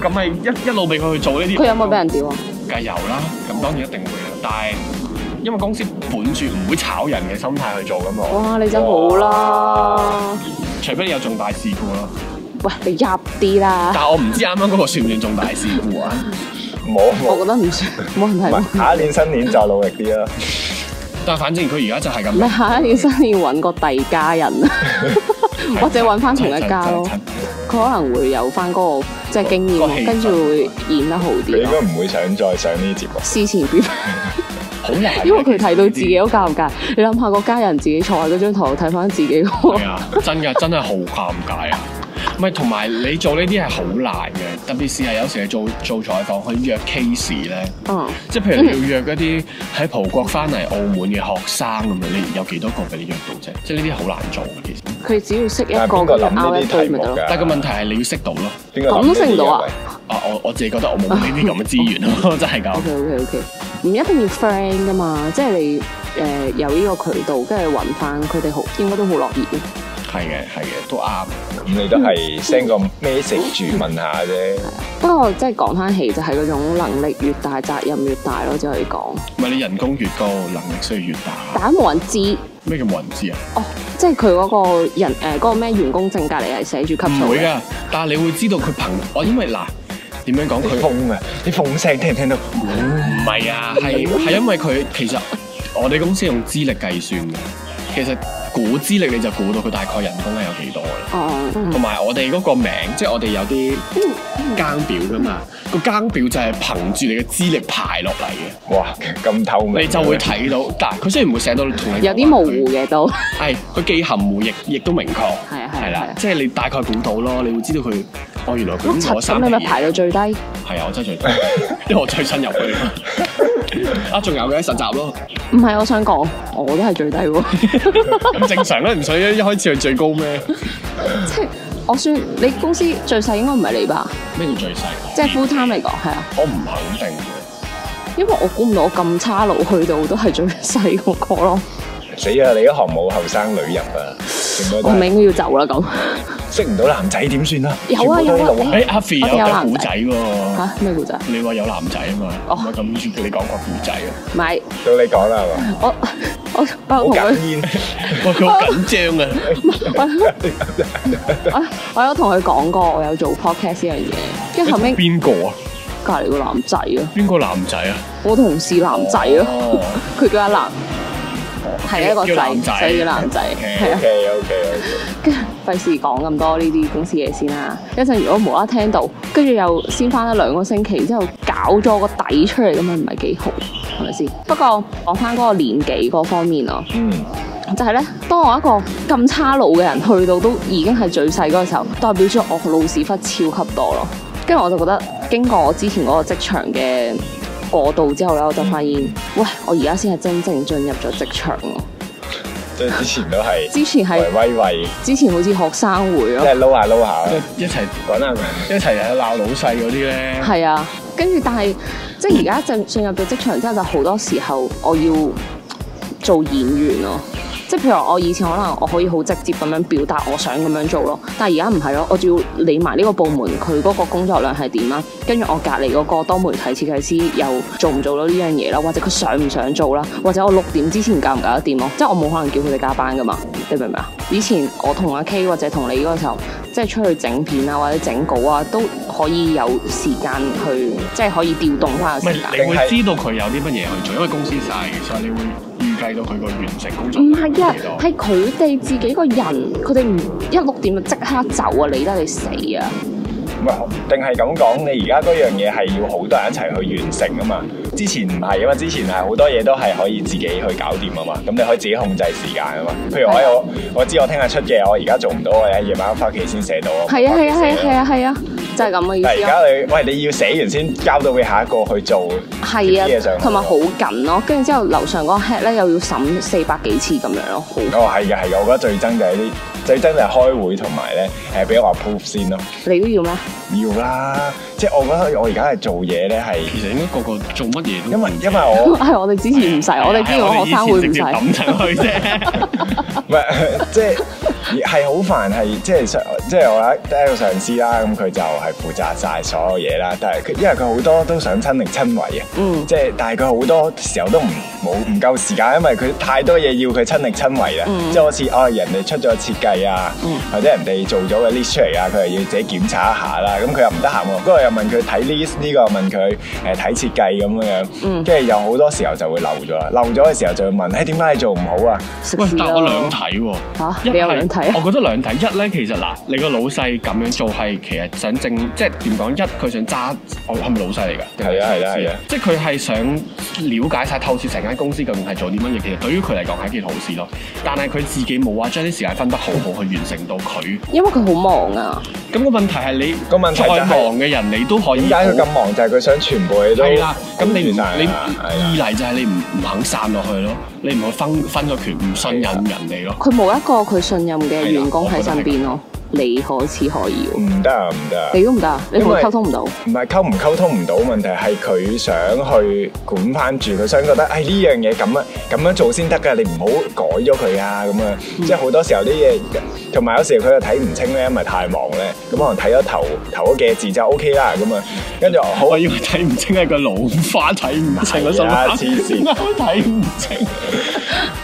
[SPEAKER 4] 咁咪一一路俾佢去做呢啲。
[SPEAKER 3] 佢有冇俾人屌啊？
[SPEAKER 4] 梗係有啦，咁當然一定會啦。但係因為公司本住唔會炒人嘅心態去做咁嘛，
[SPEAKER 3] 哇！你真好啦，
[SPEAKER 4] 除非你有重大事故咯。
[SPEAKER 3] 喂，你入啲啦，
[SPEAKER 4] 但係我唔知啱啱嗰個算唔算重大事故啊？
[SPEAKER 2] 冇
[SPEAKER 3] 我
[SPEAKER 2] 冇
[SPEAKER 3] 覺得唔算，冇人
[SPEAKER 2] 唔
[SPEAKER 3] 睇。
[SPEAKER 2] 係下一年新年就努力啲啦。
[SPEAKER 4] 但係反正佢而家就係
[SPEAKER 3] 唔
[SPEAKER 4] 咁
[SPEAKER 3] 係。下一年新年揾個第家人，啊或者揾翻同一家咯。佢可能會有翻嗰個即係經
[SPEAKER 4] 個氣
[SPEAKER 3] 驗，啊
[SPEAKER 4] 氛
[SPEAKER 3] 跟住會演得好
[SPEAKER 2] 佢
[SPEAKER 3] 啲
[SPEAKER 2] 應
[SPEAKER 3] 咯。
[SPEAKER 2] 該唔會想再上呢啲節目。
[SPEAKER 3] 事前表。
[SPEAKER 4] 好難，
[SPEAKER 3] 因為佢睇到自己好尷尬，你諗下個家人自己坐喺嗰張台度睇翻自己嗰個
[SPEAKER 4] 係啊，真㗎，真係好尷尬啊！唔係，同埋你做呢啲係好難嘅，特別是係有時係做做採訪去約 case 咧，
[SPEAKER 3] 嗯，
[SPEAKER 4] 即係譬如你要約一啲喺葡國翻嚟澳門嘅學生咁樣，你有幾多個俾你約到啫？即係呢啲好難做嘅，其實。
[SPEAKER 3] 佢只要識一個
[SPEAKER 2] 但係邊個諗
[SPEAKER 3] 拗
[SPEAKER 2] 呢
[SPEAKER 3] 一
[SPEAKER 2] 啲
[SPEAKER 3] 對
[SPEAKER 2] 題
[SPEAKER 3] 咪
[SPEAKER 2] 目
[SPEAKER 3] 得咯。
[SPEAKER 2] 㗎？
[SPEAKER 4] 但係個問題係你要識到咯。
[SPEAKER 2] 邊個諗呢啲
[SPEAKER 3] 咁識唔到啊
[SPEAKER 2] 嘢喂
[SPEAKER 4] 啊，我我自己覺得我 冇呢啲咁嘅資源咯， 真係咁
[SPEAKER 3] O。K O K O K，唔一定要 friend 噶嘛，即係你誒、呃有呢個渠道，跟住揾翻佢哋好，應該都好樂意嘅。
[SPEAKER 4] 係嘅，係嘅，都啱。
[SPEAKER 2] 咁你都係 send 個 message 住問下啫，
[SPEAKER 3] 不過即係講翻起就係嗰種能力越大，責任越大咯，只可以講。
[SPEAKER 4] 唔係你人工越高，能力需要越大。
[SPEAKER 3] 但係冇人知
[SPEAKER 4] 咩叫冇人知啊？
[SPEAKER 3] 哦，即係佢嗰個人誒嗰、個咩員工證隔離係寫住級數
[SPEAKER 4] 唔會
[SPEAKER 3] 嘅，
[SPEAKER 4] 㗎，但係你會知道佢憑我，因為嗱點樣講
[SPEAKER 2] 啲
[SPEAKER 4] 佢
[SPEAKER 2] 風啊，啲風聲聽唔聽到？
[SPEAKER 4] 唔係啊，係係因為佢其實我哋公司用資歷計算嘅，其實估資歷你就估到佢大概人工係有幾多啦。
[SPEAKER 3] 哦、嗯
[SPEAKER 4] 同埋我哋嗰個名，即係我哋有啲更表噶嘛，個更表就係憑住你嘅資歷排落嚟嘅。
[SPEAKER 2] 哇，咁透明，
[SPEAKER 4] 你就會睇到，但係佢雖然唔會寫到同你
[SPEAKER 3] 有啲模糊，嘅都。
[SPEAKER 4] 係佢既含糊亦亦都明確，
[SPEAKER 3] 係啊係啊
[SPEAKER 4] 係
[SPEAKER 3] 係
[SPEAKER 4] 啦
[SPEAKER 3] 啊，
[SPEAKER 4] 即係你大概估到咯，你會知道佢哦，原來佢
[SPEAKER 3] 乜
[SPEAKER 4] 咁攞
[SPEAKER 3] 柒
[SPEAKER 4] 三
[SPEAKER 3] 咁
[SPEAKER 4] 皮
[SPEAKER 3] 你咪
[SPEAKER 4] 嘢
[SPEAKER 3] 排到最低。
[SPEAKER 4] 係啊，我真係最， 因為我最新入去。啊，仲有嘅實習咯，
[SPEAKER 3] 唔係，我想講，我都係最低喎。
[SPEAKER 4] 咁正常啦，唔使一開始係最高咩？
[SPEAKER 3] 即係我算你公司最細應該唔係你吧？
[SPEAKER 4] 咩叫最細？
[SPEAKER 3] 即係 full time 嚟講係啊，
[SPEAKER 4] 我唔肯定，
[SPEAKER 3] 因為我估唔到我咁差路去到都係最細嗰個咯。
[SPEAKER 2] 死啊！你嗰行冇後生女入啊，全部都
[SPEAKER 3] 我咪
[SPEAKER 2] 係
[SPEAKER 3] 應該要走啦咁
[SPEAKER 2] 識唔到男仔點算啊？
[SPEAKER 3] 有啊
[SPEAKER 2] 全
[SPEAKER 3] 有
[SPEAKER 2] 部都係
[SPEAKER 3] 啊
[SPEAKER 2] 老
[SPEAKER 4] 誒哎阿 Fi
[SPEAKER 3] 我哋有
[SPEAKER 4] 有個古
[SPEAKER 3] 男仔
[SPEAKER 4] 仔喎，
[SPEAKER 3] 嚇咩故仔？
[SPEAKER 4] 你話有男仔啊嘛，
[SPEAKER 3] 哦
[SPEAKER 4] 唔係咁叫你講個古仔啊，
[SPEAKER 3] 唔係
[SPEAKER 2] 到你講啦，係嘛？
[SPEAKER 3] 我我
[SPEAKER 2] 好
[SPEAKER 3] 我同佢
[SPEAKER 2] 緊。煙，
[SPEAKER 4] 哇佢好緊張啊！
[SPEAKER 3] 我我有同佢講過，我有做 podcast 呢樣嘢，跟住 後尾
[SPEAKER 4] 邊個啊？
[SPEAKER 3] 隔離個男仔啊，
[SPEAKER 4] 邊個男仔啊？
[SPEAKER 3] 我同事男仔啊，
[SPEAKER 4] 哦，
[SPEAKER 3] 佢叫阿男，係一個
[SPEAKER 4] 叫男
[SPEAKER 3] 仔，
[SPEAKER 4] 仔
[SPEAKER 3] 所以叫男仔，係啊
[SPEAKER 2] OK，OK，OK，
[SPEAKER 3] 跟住費事講咁多呢啲公司嘢先啦。一陣如果無啦啦聽到，跟住又先翻咗兩個星期之後，搞咗個底出嚟，咁樣唔係幾好，係咪先？不過講翻嗰個年紀嗰方面咯，
[SPEAKER 2] 嗯，
[SPEAKER 3] 就係咧，當我一個咁差路嘅人去到都已經係最細嗰個時候，代表咗我老屎忽超級多咯。跟住我就覺得，經過我之前嗰個職場嘅過渡之後咧，我就發現，喂，我而家先係真正進入咗職場咯。
[SPEAKER 2] 即係之前都係
[SPEAKER 3] 之前係
[SPEAKER 2] 維威維，
[SPEAKER 3] 之前好似學生會
[SPEAKER 2] 即
[SPEAKER 3] 咯。
[SPEAKER 2] 係撈下撈下，
[SPEAKER 4] 一齊
[SPEAKER 2] 講下
[SPEAKER 4] 一齊又鬧老細嗰啲咧，
[SPEAKER 3] 係啊，跟住但係即係而家進進入到職場之後，就好多時候我要做演員咯。即係譬如我以前可能我可以好直接咁樣表達我想咁樣做咯，但係而家唔係咯，我仲要理埋呢個部門佢嗰個工作量係點啦，啊跟住我隔離嗰個多媒體設計師又做唔做到呢樣嘢啦，或者佢想唔想做啦，或者我六點之前搞唔搞得掂咯，即係我冇可能叫佢哋加班噶嘛，你明唔明啊？以前我同阿 K 或者同你嗰個時候，即係出去整片啊或者整稿啊，都可以有時間去，即係可以調動翻
[SPEAKER 4] 唔
[SPEAKER 3] 個
[SPEAKER 4] 係
[SPEAKER 3] 時間。
[SPEAKER 4] 你會知道佢有啲乜嘢去做，因為公司細，所以你會預計到佢個完成工作
[SPEAKER 3] 唔
[SPEAKER 4] 量
[SPEAKER 3] 係啊
[SPEAKER 4] 幾，多
[SPEAKER 3] 係佢哋自己個人，佢哋唔一六點就即刻走啊，理得你死啊！
[SPEAKER 2] 唔係，定係咁講，你而家嗰樣嘢係要好多人一齊去完成啊嘛。之前唔係啊嘛，之前係好多嘢都係可以自己去搞掂啊嘛。咁你可以自己控制時間啊嘛。譬如我有我知我聽日出嘅，我而家做唔到，我喺夜晚翻屋企先寫到。
[SPEAKER 3] 係啊係啊係啊係
[SPEAKER 2] 啊。
[SPEAKER 3] 啊係啊，就係咁嘅意
[SPEAKER 2] 但
[SPEAKER 3] 思
[SPEAKER 2] 係而
[SPEAKER 3] 咯。
[SPEAKER 2] 家你喂你要寫完先交到俾下一個去做，貼啲嘢
[SPEAKER 3] 係
[SPEAKER 2] 上
[SPEAKER 3] 啊
[SPEAKER 2] 去，
[SPEAKER 3] 同埋好緊咯，跟住之後樓上嗰個 head 咧又要審四百幾次咁樣咯，好
[SPEAKER 2] 哦，係嘅，係嘅，我覺得最憎就係啲最憎就係開會同埋咧，誒俾我 approve 先咯，
[SPEAKER 3] 你都要咩？
[SPEAKER 2] 要啦，即係我覺得我而家係做嘢咧係，
[SPEAKER 4] 其實應該個個做乜嘢都
[SPEAKER 2] 因為因為我
[SPEAKER 3] 係哎我哋之前唔
[SPEAKER 4] 啊
[SPEAKER 3] 使，我哋之前個學生會唔
[SPEAKER 4] 直接
[SPEAKER 3] 使。
[SPEAKER 4] 抌上去啫。
[SPEAKER 2] 唔係 即係係好煩係即係上即係我有一個上司啦，咁佢就係負責晒所有嘢啦，但係佢因為佢好多都想親力親為嘅。啊
[SPEAKER 3] 嗯，
[SPEAKER 2] 即係，但係佢好多時候都唔冇唔夠時間，因為佢太多嘢要佢親力親為啦。
[SPEAKER 3] 嗯
[SPEAKER 2] 即係好似哦，人哋出咗設計啊，
[SPEAKER 3] 嗯
[SPEAKER 2] 或者人哋做咗個 list 出嚟啊，佢又要自己檢查一下啦。咁佢又唔得閒喎，嗰個又問佢睇 list，呢個又問佢誒睇設計咁樣，
[SPEAKER 3] 嗯
[SPEAKER 2] 跟住有好多時候就會漏咗啦。漏咗嘅時候就會問：誒點解你做唔好啊？
[SPEAKER 3] 食
[SPEAKER 4] 喂
[SPEAKER 3] 屎，
[SPEAKER 4] 但我兩
[SPEAKER 3] 咯。
[SPEAKER 4] 睇喎。
[SPEAKER 3] 嚇
[SPEAKER 4] 一係
[SPEAKER 3] 你有兩睇啊？
[SPEAKER 4] 我覺得兩睇一咧，其實嗱，你個老細咁樣做係其實想正，即係點講？一佢想揸，我係咪老細嚟㗎？定
[SPEAKER 2] 係啊係啊
[SPEAKER 4] 上司
[SPEAKER 2] 係啊
[SPEAKER 4] 即係佢係想了解晒透視成間公司究竟係做啲乜嘢。其實對於佢嚟講係一件好事咯。但係佢自己冇話將啲時間分得好好去完成到佢。
[SPEAKER 3] 因為佢好忙啊，
[SPEAKER 4] 咁個問題係你
[SPEAKER 2] 個問題就
[SPEAKER 4] 再
[SPEAKER 2] 係
[SPEAKER 4] 忙嘅人，你都可以
[SPEAKER 2] 點解佢咁
[SPEAKER 4] 好
[SPEAKER 2] 忙？就係佢想全部嘢都
[SPEAKER 4] 係啦，咁你唔
[SPEAKER 2] 完成
[SPEAKER 4] 你
[SPEAKER 2] 啦係啊
[SPEAKER 4] 二嚟就係你唔唔肯散落去咯，你唔去分分咗權，唔信任人哋咯。
[SPEAKER 3] 佢冇一個佢信任嘅員工喺身
[SPEAKER 4] 係啦我覺得
[SPEAKER 3] 邊咯。你可似可以喎，
[SPEAKER 2] 唔得啊，唔得啊！
[SPEAKER 3] 你都唔得啊，你同
[SPEAKER 2] 因為
[SPEAKER 3] 佢溝通唔到。
[SPEAKER 2] 唔係溝唔溝通唔到問題，係佢想去管翻住，佢想覺得，唉呢樣嘢咁啊咁樣做先得㗎，你唔好改咗佢啊咁啊，即係好多時候啲嘢，同埋有時佢又睇唔清咧，因為太忙咧，咁可能睇咗頭頭嗰幾個字就 OK 啦咁啊，跟住我好
[SPEAKER 4] 我以為睇唔清係個老花睇唔清， 我心
[SPEAKER 2] 係啊
[SPEAKER 4] 諗
[SPEAKER 2] 黐線
[SPEAKER 4] 點解睇唔清？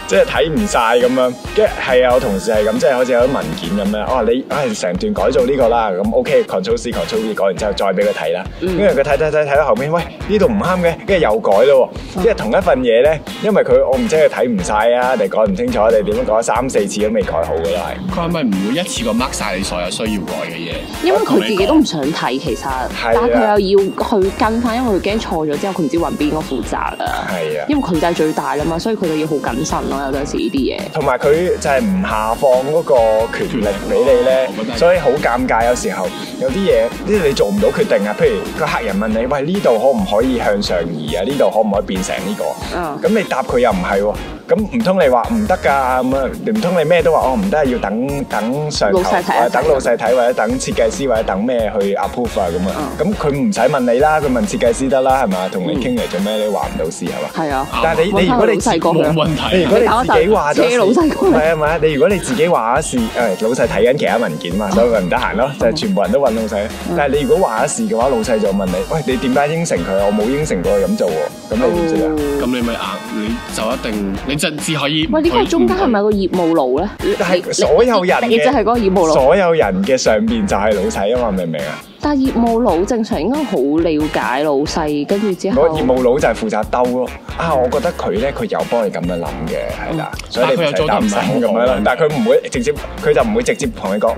[SPEAKER 2] 即係睇唔晒咁樣，跟住係啊，我同事係咁，即係好似有啲文件咁樣，哦你唉成段改做呢個啦，咁 OK，Control C，Control V 改完之後再俾佢睇啦，跟
[SPEAKER 3] 嗯
[SPEAKER 2] 住佢睇睇睇睇到後邊，喂呢度唔啱嘅，跟住又改咯喎，即係同一份嘢咧，因為佢我唔知佢睇唔晒啊，定改唔清楚，定點樣改三四次都未改好嘅啦，
[SPEAKER 4] 佢係咪唔會一次過 mark 晒你所有需要改嘅嘢？
[SPEAKER 3] 因為佢自己都唔想睇，其實，
[SPEAKER 2] 啊
[SPEAKER 3] 但係佢又要去跟翻，因為佢驚錯咗之後，佢唔知揾邊個負責啊。
[SPEAKER 2] 係啊。
[SPEAKER 3] 因為佢就係最大啦嘛，所以佢哋要好謹慎咯。有陣時呢啲嘢，
[SPEAKER 2] 同埋佢就係唔下放嗰個權力俾你咧，咧
[SPEAKER 4] 我覺，得
[SPEAKER 2] 所以好尷尬。有時候有啲嘢，呢你做唔到決定啊。譬如個客人問你：喂，呢度可唔可以向上移啊？呢度可唔可以變成呢
[SPEAKER 3] 嗯
[SPEAKER 2] 個？咁你答佢又唔係喎。咁唔通你話唔得㗎咁啊？唔通你咩都話我唔得，要等等上頭，
[SPEAKER 3] 老細睇一睇
[SPEAKER 2] 或者等老細睇，或者等設計師，或者等咩去 approve 啊咁啊？咁佢唔使問你啦，佢問設計師得啦，係嘛？同你傾嚟做咩？你話唔到事係嘛？
[SPEAKER 3] 係啊，
[SPEAKER 2] 但係你你
[SPEAKER 3] 搵返
[SPEAKER 2] 如果
[SPEAKER 3] 個老
[SPEAKER 2] 你自
[SPEAKER 3] 細過
[SPEAKER 4] 冇
[SPEAKER 3] 去。
[SPEAKER 4] 問
[SPEAKER 2] 你如
[SPEAKER 4] 題
[SPEAKER 2] 果
[SPEAKER 4] 啊。
[SPEAKER 2] 你自己話咗事，
[SPEAKER 3] 車老細過嚟
[SPEAKER 2] 係啊嘛？你如果你自己話咗事，誒老細睇緊其他文件啊嘛，所以咪唔得閒咯，就係全部人都揾老細。但係你如果話咗事嘅話，老細就問你：喂，你點解應承佢啊？我冇應承過佢咁做喎。咁你點算啊？
[SPEAKER 4] 咁你咪硬，你就一定，你就只可以。
[SPEAKER 3] 哦喂，呢個中間係咪有個業務路咧？
[SPEAKER 2] 但
[SPEAKER 3] 你
[SPEAKER 2] 係所有人
[SPEAKER 3] 你你就係嗰個業務
[SPEAKER 2] 嘅
[SPEAKER 3] 路，
[SPEAKER 2] 所有人嘅上邊就係老細啊嘛，明唔明啊？
[SPEAKER 3] 但係業務路正常應該好了解老細，跟住之
[SPEAKER 2] 嗰個
[SPEAKER 3] 後
[SPEAKER 2] 業務佬就係負責兜咯。啊，我覺得佢咧，佢有幫你咁樣諗嘅，係啦，所以你唔使擔心咁樣啦。但係佢唔會直接，佢就唔會直接同你講，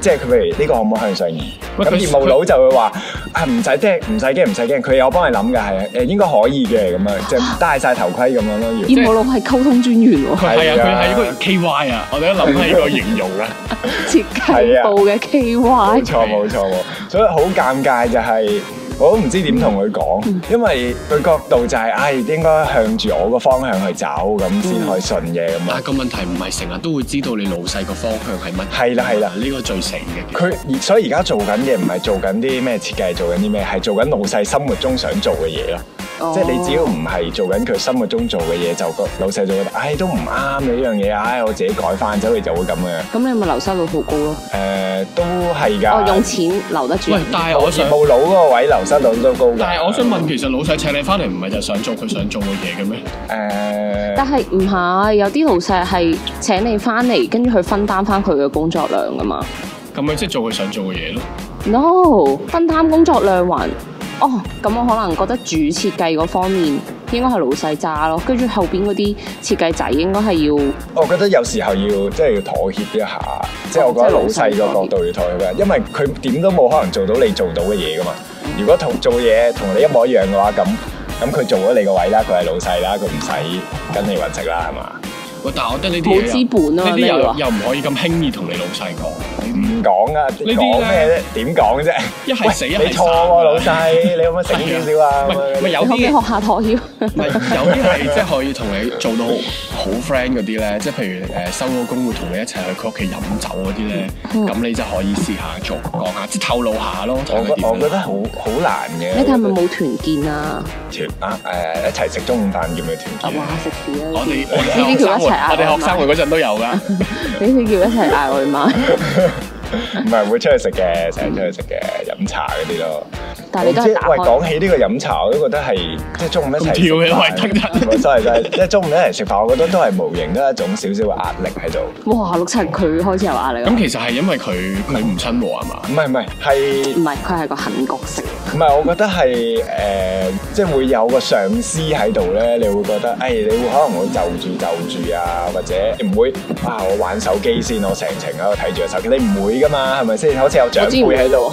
[SPEAKER 2] 即係佢譬如呢個可唔可以向上移？
[SPEAKER 4] 喂
[SPEAKER 2] 咁
[SPEAKER 4] 佢
[SPEAKER 2] 業務佬就會話：啊，唔使驚，唔使驚，唔使驚，佢有幫你諗嘅，係啊誒應該可以嘅咁樣，即係戴晒頭盔咁樣咯。要
[SPEAKER 3] 業務路係溝通專員喎，
[SPEAKER 4] 佢係
[SPEAKER 2] 係
[SPEAKER 4] 啊，
[SPEAKER 2] 啊
[SPEAKER 4] 佢係一個 K Y 啊，我哋一諗起個形容 啊，
[SPEAKER 3] 設計部嘅 K
[SPEAKER 2] 冇
[SPEAKER 3] Y
[SPEAKER 2] 錯冇錯冇，所以好尷尬就係我都唔知點同佢講，因為佢角度就係，唉，應該向住我個方向去走，咁先可以順嘅咁樣
[SPEAKER 4] 但係。啊個問題唔係成日都會知道你老細個方向係乜。
[SPEAKER 2] 係啦係啦
[SPEAKER 4] 呢個最成嘅。
[SPEAKER 2] 佢而所以而家做緊嘅唔係做緊啲咩設計，做緊啲咩，係做緊老細心目中想做嘅嘢咯。
[SPEAKER 3] 哦
[SPEAKER 2] 即係你只要唔係做緊佢心目中做嘅嘢，就個老細就覺得，唉、都唔啱你呢樣嘢，唉、我自己改翻，走佢就會咁嘅。誒、
[SPEAKER 3] 咁你咪流失率好高咯。
[SPEAKER 2] 都係㗎。
[SPEAKER 3] 哦，用錢留得住
[SPEAKER 4] 喂，，但係我
[SPEAKER 2] 業
[SPEAKER 4] 想，
[SPEAKER 2] 務佬嗰個位流失率都高㗎。
[SPEAKER 4] 但係我想問，其實老細請你翻嚟唔係就係想做佢想做嘅嘢嘅咩？
[SPEAKER 2] 誒
[SPEAKER 3] 但係唔係有啲老細係請你翻嚟，跟住佢分擔翻佢嘅工作量噶嘛
[SPEAKER 4] 咁咪即係做佢想做嘅嘢咯。
[SPEAKER 3] ？No，分擔工作量還哦，咁我可能覺得主設計嗰方面應該係老細揸咯，跟住後邊嗰啲設計仔應該係要。
[SPEAKER 2] 我覺得有時候要即係要妥協一下，即係我覺得老細個角度要妥協一下，因為佢點都冇可能做到你做到嘅嘢噶嘛。如果同做嘢同你一模一樣嘅話，咁咁佢做咗你個位啦，佢係老細啦，佢唔使跟你揾食啦，係嘛？
[SPEAKER 4] 喂，但係我覺得呢啲嘢又
[SPEAKER 3] 冇資本啊
[SPEAKER 4] 呢啲
[SPEAKER 3] 你
[SPEAKER 4] 又
[SPEAKER 3] 話
[SPEAKER 4] 又唔可以咁輕易同你老細講。
[SPEAKER 2] 唔講啊，
[SPEAKER 4] 呢
[SPEAKER 2] 講咩啫？點講啫？
[SPEAKER 4] 一係死
[SPEAKER 2] 喂
[SPEAKER 4] 一係
[SPEAKER 2] 你錯
[SPEAKER 4] 散
[SPEAKER 2] 喎，
[SPEAKER 4] 啊
[SPEAKER 2] 老細，你可唔可以醒少少啊？咁
[SPEAKER 4] 喂
[SPEAKER 2] 樣
[SPEAKER 4] 喂，有
[SPEAKER 3] 你可唔可以
[SPEAKER 4] 啲
[SPEAKER 3] 學下 妥協？
[SPEAKER 4] 唔係有啲係即係可以同你做到好 friend 嗰啲咧，即係譬如誒收咗工會同你一齊去佢屋企飲酒嗰啲咧，
[SPEAKER 3] 嗯
[SPEAKER 4] 咁你就可以試下做講下，即係透露下咯。
[SPEAKER 2] 我覺我覺
[SPEAKER 4] 得
[SPEAKER 2] 得好好難嘅。
[SPEAKER 3] 你哋係咪冇團建啊？
[SPEAKER 2] 團啊誒一齊食中午飯叫咩團建
[SPEAKER 3] 哇
[SPEAKER 2] 啊？！
[SPEAKER 3] 食屎啊！
[SPEAKER 4] 我哋我
[SPEAKER 3] 呢
[SPEAKER 4] 哋
[SPEAKER 3] 啲
[SPEAKER 4] 學
[SPEAKER 3] 叫
[SPEAKER 4] 生
[SPEAKER 3] 一
[SPEAKER 4] 會，
[SPEAKER 3] 齊啊嗌
[SPEAKER 4] 我哋學生
[SPEAKER 3] 外
[SPEAKER 4] 會嗰陣都有㗎。
[SPEAKER 3] 賣，呢啲叫一齊嗌外賣。
[SPEAKER 2] 唔係會出去食嘅，成日出去食嘅，飲茶嗰啲咯。
[SPEAKER 3] 但係你都係打
[SPEAKER 2] 喂，
[SPEAKER 3] 開
[SPEAKER 2] 講起呢個飲茶，我都覺得係即係中午一齊
[SPEAKER 4] 咁跳嘅
[SPEAKER 2] 食飯
[SPEAKER 4] 喂等陣
[SPEAKER 2] 唔係，sorry sorry，即係中午一齊食飯，我覺得都係無形都係一種少少嘅壓力喺度。
[SPEAKER 3] 哇！六七佢開始有壓力啊啦
[SPEAKER 4] 咁。其實係因為佢佢唔親和啊嘛。
[SPEAKER 2] 唔係唔係，係
[SPEAKER 3] 唔係，佢係個狠角色。
[SPEAKER 2] 唔係？我覺得係誒、即係會有個上司喺度咧，你會覺得誒、哎你會可能會就住就住啊，或者唔會啊，我玩手機先，我成程喺度睇住個手機，你唔會噶嘛，係咪先？好似有長
[SPEAKER 3] 我知唔
[SPEAKER 2] 輩
[SPEAKER 3] 會
[SPEAKER 2] 喺度，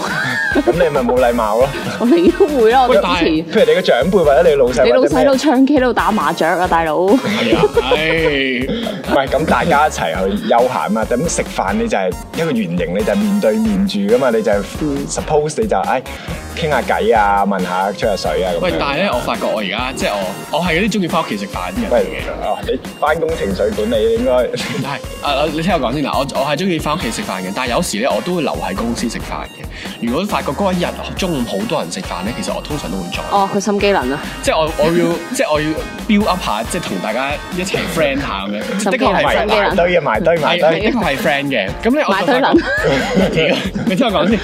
[SPEAKER 2] 咁你咪冇禮貌咯。
[SPEAKER 3] 我你都會啊啦，我
[SPEAKER 4] 喂
[SPEAKER 3] 哋以前
[SPEAKER 2] 譬如你個長輩或者你老細，
[SPEAKER 3] 你老
[SPEAKER 2] 或者
[SPEAKER 3] 細喺
[SPEAKER 2] 咩
[SPEAKER 3] 度唱 K 喺度打麻雀啊，大佬。
[SPEAKER 4] 係啊，唉，
[SPEAKER 2] 唔係咁，大家一齊去休閒嘛。咁食飯你就係一個圓形，你就係面對面住噶嘛。你就係 suppose 你就唉傾下偈啊，問下吹下水啊咁樣。
[SPEAKER 4] 喂，但係咧，我發覺我而家即係我我係嗰啲中意翻屋企食飯啲人嚟
[SPEAKER 2] 喂
[SPEAKER 4] 嘅。
[SPEAKER 2] 哦，你翻工情緒管理應該
[SPEAKER 4] 但係啊，你聽我講先嗱，我我係中意翻屋企食飯嘅，但係有時咧我都會留喺公司食飯嘅。如果發覺嗰一日哦中午好多人食飯咧，其實我通常都會在，
[SPEAKER 3] 哦，佢心機能啊，
[SPEAKER 4] 即係我我要即係我要 build up 下，即係同大家一齊 friend 下咁樣。即係的確係
[SPEAKER 3] 手
[SPEAKER 2] 埋
[SPEAKER 3] 機
[SPEAKER 4] friend，
[SPEAKER 3] 啊
[SPEAKER 2] 埋堆啊，埋堆埋
[SPEAKER 4] 係
[SPEAKER 2] 堆。
[SPEAKER 4] 的確係 friend 嘅。咁咧我
[SPEAKER 3] 埋
[SPEAKER 4] 就
[SPEAKER 3] 堆
[SPEAKER 4] 發
[SPEAKER 3] 能
[SPEAKER 4] 覺。屌 你聽我講先。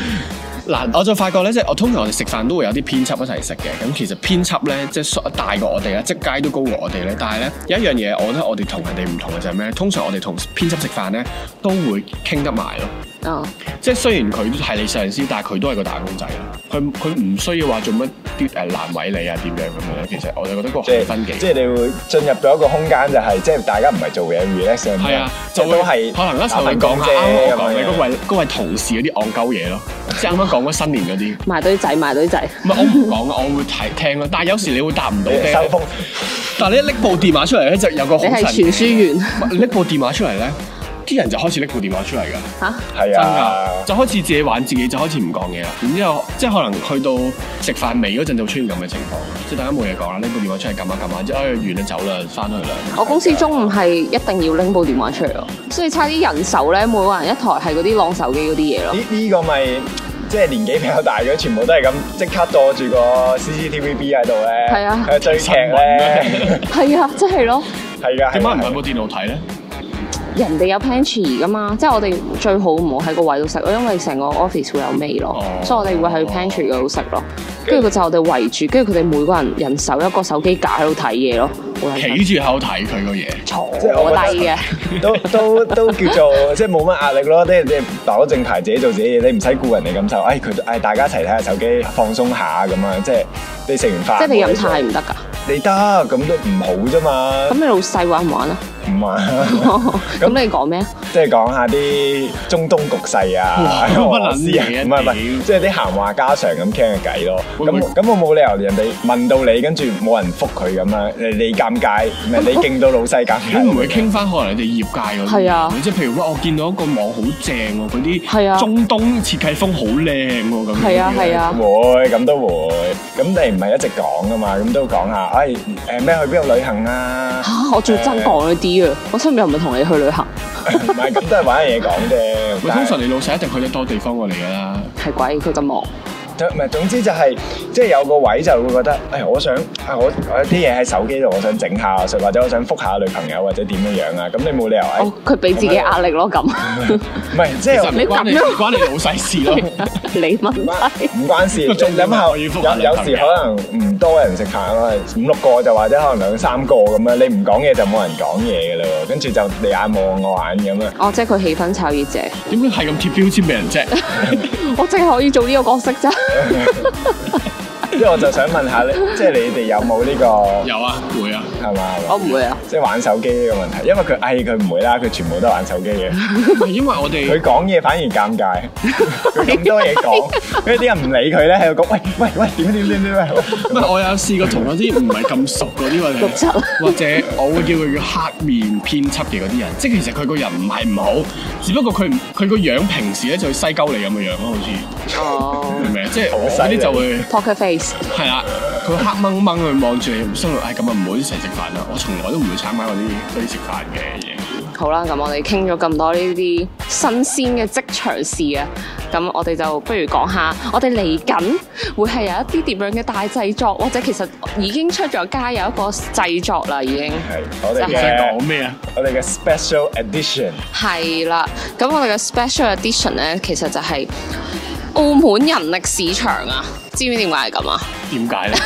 [SPEAKER 4] 嗱，我就發覺咧，即係我通常我哋食飯都會有啲編輯一齊食嘅。咁其實編輯咧，即係大過我哋啦，即係街都高過我哋咧。但係咧，有一樣嘢，我覺得我哋同人哋唔同嘅就係咩咧？通常我哋同編輯食飯咧，都會傾得埋咯。
[SPEAKER 3] 哦，
[SPEAKER 4] 即係雖然佢係你上司，但係佢都係個打工仔啦。佢佢唔需要話做乜啲誒難為你啊點樣咁樣。其實我就覺得個
[SPEAKER 2] 即
[SPEAKER 4] 氣氛
[SPEAKER 2] 係
[SPEAKER 4] 幾
[SPEAKER 2] 即係你會進入到一個空間，就係即係大家唔係做嘢 relax 咁樣
[SPEAKER 4] 係啊，
[SPEAKER 2] 即
[SPEAKER 4] 就
[SPEAKER 2] 係
[SPEAKER 4] 會
[SPEAKER 2] 都係
[SPEAKER 4] 可能嗰時
[SPEAKER 2] 打
[SPEAKER 4] 候你
[SPEAKER 2] 份
[SPEAKER 4] 講
[SPEAKER 2] 工
[SPEAKER 4] 下
[SPEAKER 2] 啫
[SPEAKER 4] 啱啱
[SPEAKER 2] 咁
[SPEAKER 4] 講你
[SPEAKER 2] 樣
[SPEAKER 4] 嗰位嗰位同事嗰啲戇鳩嘢咯，即係啱啱講嗰新年嗰啲。
[SPEAKER 3] 埋堆仔，埋堆仔。
[SPEAKER 4] 唔係我唔講 啊，我會睇聽咯。但係有時你會答唔到
[SPEAKER 2] 你收
[SPEAKER 4] 嘅。
[SPEAKER 2] 風。
[SPEAKER 4] 但係你一拎部電話出嚟咧，就有個好
[SPEAKER 3] 你係
[SPEAKER 4] 神。
[SPEAKER 3] 傳輸員，
[SPEAKER 4] 唔係你拎部電話出嚟咧，啲人就開始拎部電話出嚟㗎，
[SPEAKER 3] 嚇，
[SPEAKER 2] 係
[SPEAKER 4] 真
[SPEAKER 2] 啊，
[SPEAKER 4] 㗎，就開始自己玩自己，就開始唔講嘢啦。然之後即係可能去到食飯尾嗰陣就會出現咁嘅情況，即係大家冇嘢講啦，拎部電話出嚟撳下撳下，即係哎完啦走啦，翻去啦。
[SPEAKER 3] 我公司中午係一定要拎部電話出嚟咯，所以差啲人手咧，每個人一台係嗰啲晾手機嗰啲嘢咯。
[SPEAKER 2] 呢呢個咪即係年紀比較大嘅，全部都係咁即刻坐住個 CCTV B 喺度咧，
[SPEAKER 3] 係啊
[SPEAKER 2] 喺度追劇咧，
[SPEAKER 3] 係啊，即係咯，
[SPEAKER 2] 係啊㗎，係㗎
[SPEAKER 4] 點解唔喺部電腦睇咧？
[SPEAKER 3] 人哋有 pantry 噶嘛，即係我哋最好唔好喺個位度食咯，因為成個 office 會有味咯，
[SPEAKER 4] 哦
[SPEAKER 3] 所以我哋會喺 pantry 嗰度食咯。跟住佢就我哋圍住，跟住佢哋每個人人手一個手機架喺度睇嘢咯，好撚
[SPEAKER 2] 啊
[SPEAKER 4] 企住喺度睇佢個嘢，
[SPEAKER 3] 坐
[SPEAKER 2] 即係我覺得
[SPEAKER 3] 低嘅。
[SPEAKER 2] 都都都叫做即係冇乜壓力咯，即係你攞正牌自己做自己嘢，你唔使顧人哋感受。哎，佢哎大家一齊睇下手機，放鬆下咁啊！即係你食完飯，
[SPEAKER 3] 即係你飲茶係唔得㗎，
[SPEAKER 2] 你得咁都唔好啫嘛
[SPEAKER 3] 咁。你老細玩唔玩 啊？
[SPEAKER 2] 唔啊，
[SPEAKER 3] 咁你講咩啊？
[SPEAKER 2] 即係講下啲中東局勢 啊，
[SPEAKER 4] 哇
[SPEAKER 2] 俄羅斯啊
[SPEAKER 4] 乜撚嘢啊
[SPEAKER 2] 唔係唔係，
[SPEAKER 4] 屌
[SPEAKER 2] 即係啲閒話家常咁傾嘅偈咯。
[SPEAKER 4] 會唔會
[SPEAKER 2] 咁咁我冇理由人哋問到你，跟住冇人覆佢咁樣，你你尷尬，唔係你勁到老細尷
[SPEAKER 4] 你唔會
[SPEAKER 2] 尬。
[SPEAKER 4] 傾翻可能你哋業界嗰啲
[SPEAKER 3] 係啊
[SPEAKER 4] 嘢即係譬如哇，我見到一個網好正喎，嗰
[SPEAKER 3] 係啊
[SPEAKER 4] 啲中東設計風好靚喎，咁樣
[SPEAKER 3] 係啊係啊，
[SPEAKER 2] 會咁都會，咁你唔係一直講噶嘛，咁都講下，哎誒咩去邊度旅行啊？
[SPEAKER 3] 嚇！我最憎講呢啲啊！我身邊又唔係同你去旅行，
[SPEAKER 2] 唔係咁都係玩嘢講啫。
[SPEAKER 4] 喂，通常你老細一定去得多地方過你㗎啦，
[SPEAKER 3] 係鬼佢咁忙，
[SPEAKER 2] 但係唔係總之就係即係有個位就會覺得，哎我想啊我我有啲嘢喺手機度，我想整下，或者我想覆下女朋友或者點樣樣啊，咁你冇理由哎
[SPEAKER 3] 哦，佢俾自己壓力咯咁。
[SPEAKER 2] 唔係即
[SPEAKER 4] 其
[SPEAKER 2] 係
[SPEAKER 4] 實唔
[SPEAKER 3] 你
[SPEAKER 4] 關你
[SPEAKER 3] 咁樣
[SPEAKER 4] 唔 關你老細事 咯。
[SPEAKER 3] 你問
[SPEAKER 2] 唔關
[SPEAKER 3] 題，
[SPEAKER 2] 唔關事。你
[SPEAKER 4] 個重點
[SPEAKER 2] 諗下，
[SPEAKER 4] 係我要覆下
[SPEAKER 2] 有有
[SPEAKER 4] 女朋友
[SPEAKER 2] 時可能唔多人食飯啊，五六個就或者可能兩三個咁樣，你唔講嘢就冇人講嘢噶啦喎，跟住就你眼望我眼咁啊樣。
[SPEAKER 3] 哦，即係佢氣氛炒熱者，
[SPEAKER 4] 點解係咁貼標籤俾人啫？
[SPEAKER 3] 我淨係可以做呢個角色啫。
[SPEAKER 2] 即係我就想 問下你，即係你哋有冇呢個
[SPEAKER 4] 有啊，會啊，
[SPEAKER 2] 係嘛？係嘛
[SPEAKER 3] 我唔會啊，
[SPEAKER 2] 即係玩手機呢個問題，因為佢誒佢唔會啦，佢全部都係玩手機嘅。
[SPEAKER 4] 唔係因為我 哋
[SPEAKER 2] 佢講嘢反而尷尬，佢咁多嘢講，跟住啲人唔理佢咧，喺度講喂喂喂點點點點喂，
[SPEAKER 4] 唔係我有試過同嗰啲唔係咁熟嗰啲或
[SPEAKER 3] 六七
[SPEAKER 4] 者 或者我會叫佢叫黑面編輯嘅嗰啲人，即係其實佢個人唔係唔好，只不過佢唔佢個樣平時咧就會西溝你咁嘅樣咯，好似
[SPEAKER 3] 哦
[SPEAKER 4] 明唔明啊？即係我
[SPEAKER 2] 好
[SPEAKER 4] 嗰
[SPEAKER 2] 犀利
[SPEAKER 4] 啲就會。
[SPEAKER 3] ，poker face，
[SPEAKER 4] 係啊啦，佢黑掹掹佢望住你，心諗唉咁啊唔好一齊食飯啦！我從來都唔會參加嗰啲嗰啲食飯嘅嘢。
[SPEAKER 3] 好啦，咁我哋傾咗咁多呢啲新鮮嘅職場事啊，咁我哋就不如講下，我哋嚟緊會係有一啲點樣嘅大製作，或者其實已經出咗街有一個製作啦，已經。
[SPEAKER 2] 係我哋
[SPEAKER 3] 就
[SPEAKER 4] 你想
[SPEAKER 2] 嘅
[SPEAKER 4] 講咩啊？
[SPEAKER 2] 我哋嘅 special edition
[SPEAKER 3] 係啦，咁我哋嘅 special edition 咧，其實就係澳門人力市場啊，知唔知點解係咁啊？
[SPEAKER 4] 點解咧？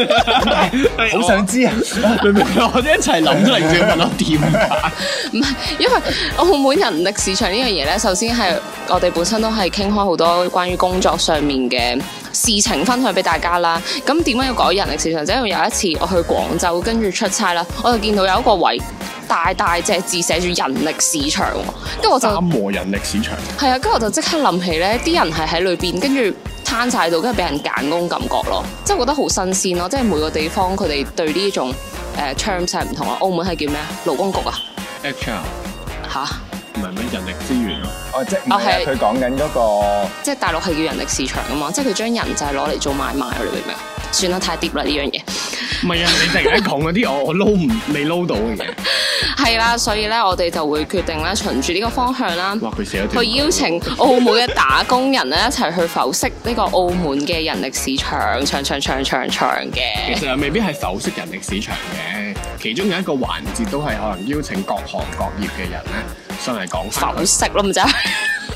[SPEAKER 2] 好想知啊！
[SPEAKER 4] 我，明明我哋一齊諗出嚟，仲要問我點解？
[SPEAKER 3] 唔係，因為澳門人力市場呢樣嘢咧，首先係我哋本身都係傾開好多關於工作上面嘅事情分享俾大家啦。咁點解要講人力市場？就因為有一次我去廣州跟住出差啦，我就見到有一個位大大隻字寫住人力市場喎，跟住我就。
[SPEAKER 4] 三和人力市場，
[SPEAKER 3] 係啊，跟住我就即刻諗起咧，啲人係喺裏邊，跟住攤晒喺度，跟住俾人揀工感覺咯，即係覺得好新鮮咯，即係每個地方佢哋對呢種誒 terms 係唔同咯。澳門係叫咩啊？勞工局啊，
[SPEAKER 4] HR
[SPEAKER 3] 吓，
[SPEAKER 4] 唔係咩人力資源咯？
[SPEAKER 2] 哦，即係唔係啊
[SPEAKER 3] 哦係
[SPEAKER 2] 佢講緊嗰個
[SPEAKER 3] 即係大陸係叫人力市場啊嘛，即係佢將人就係攞嚟做買賣啊，你明唔明啊？算啦，太 deep 啦呢樣嘢。
[SPEAKER 4] 唔係啊！你突然間講嗰啲，我我撈唔未撈到嘅嘢。
[SPEAKER 3] 係啦，所以咧我哋就會決定咧循住呢個方向啦。
[SPEAKER 4] 哇！佢寫咗條
[SPEAKER 3] 去邀請澳門嘅打工人咧一齊去剖析呢個澳門嘅人力市場，長長長長長嘅
[SPEAKER 4] 其。實啊又未必係剖析人力市場嘅，其中有一個環節都係可能邀請各行各業嘅人咧上嚟講翻佢
[SPEAKER 3] 剖析咯，咪就係。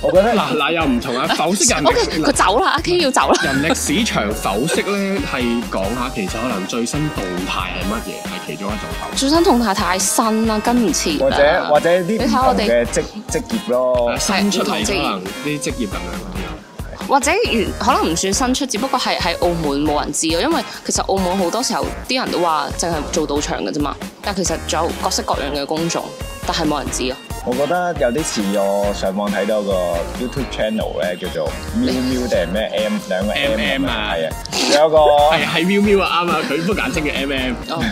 [SPEAKER 2] 我覺得
[SPEAKER 4] 嗱嗱又唔同 啊！剖析人
[SPEAKER 3] O K，佢
[SPEAKER 4] 力
[SPEAKER 3] 走啦，阿 K 要走啦。
[SPEAKER 4] 人力市場剖析咧，係講下其實可能最新動態係乜嘢，係其中一種剖析。
[SPEAKER 3] 最新同太太新啦，跟唔切啦。
[SPEAKER 2] 或者或者啲
[SPEAKER 3] 你
[SPEAKER 2] 唔
[SPEAKER 3] 睇我
[SPEAKER 2] 同
[SPEAKER 3] 哋，
[SPEAKER 2] 嘅職職業咯，
[SPEAKER 4] 新出
[SPEAKER 3] 哦唔同
[SPEAKER 4] 嚟
[SPEAKER 3] 職
[SPEAKER 4] 可
[SPEAKER 3] 業
[SPEAKER 4] 能啲職業咁樣嗰啲咯。
[SPEAKER 3] 或者原可能唔算新出，只不過係喺澳門冇人知咯。因為其實澳門好多時候啲人都話淨係做賭場嘅啫嘛，但其實仲有各式各樣嘅工種，但係冇人知咯。啊
[SPEAKER 2] 我覺得有啲似我上網睇到個 YouTube channel 咧，叫做 Miu Miu 定係咩 M 兩個 M
[SPEAKER 4] MM 啊
[SPEAKER 2] 係啊，有個
[SPEAKER 4] 係係喵喵啊，啱啊，佢不過簡稱嘅 M M，
[SPEAKER 5] 哦，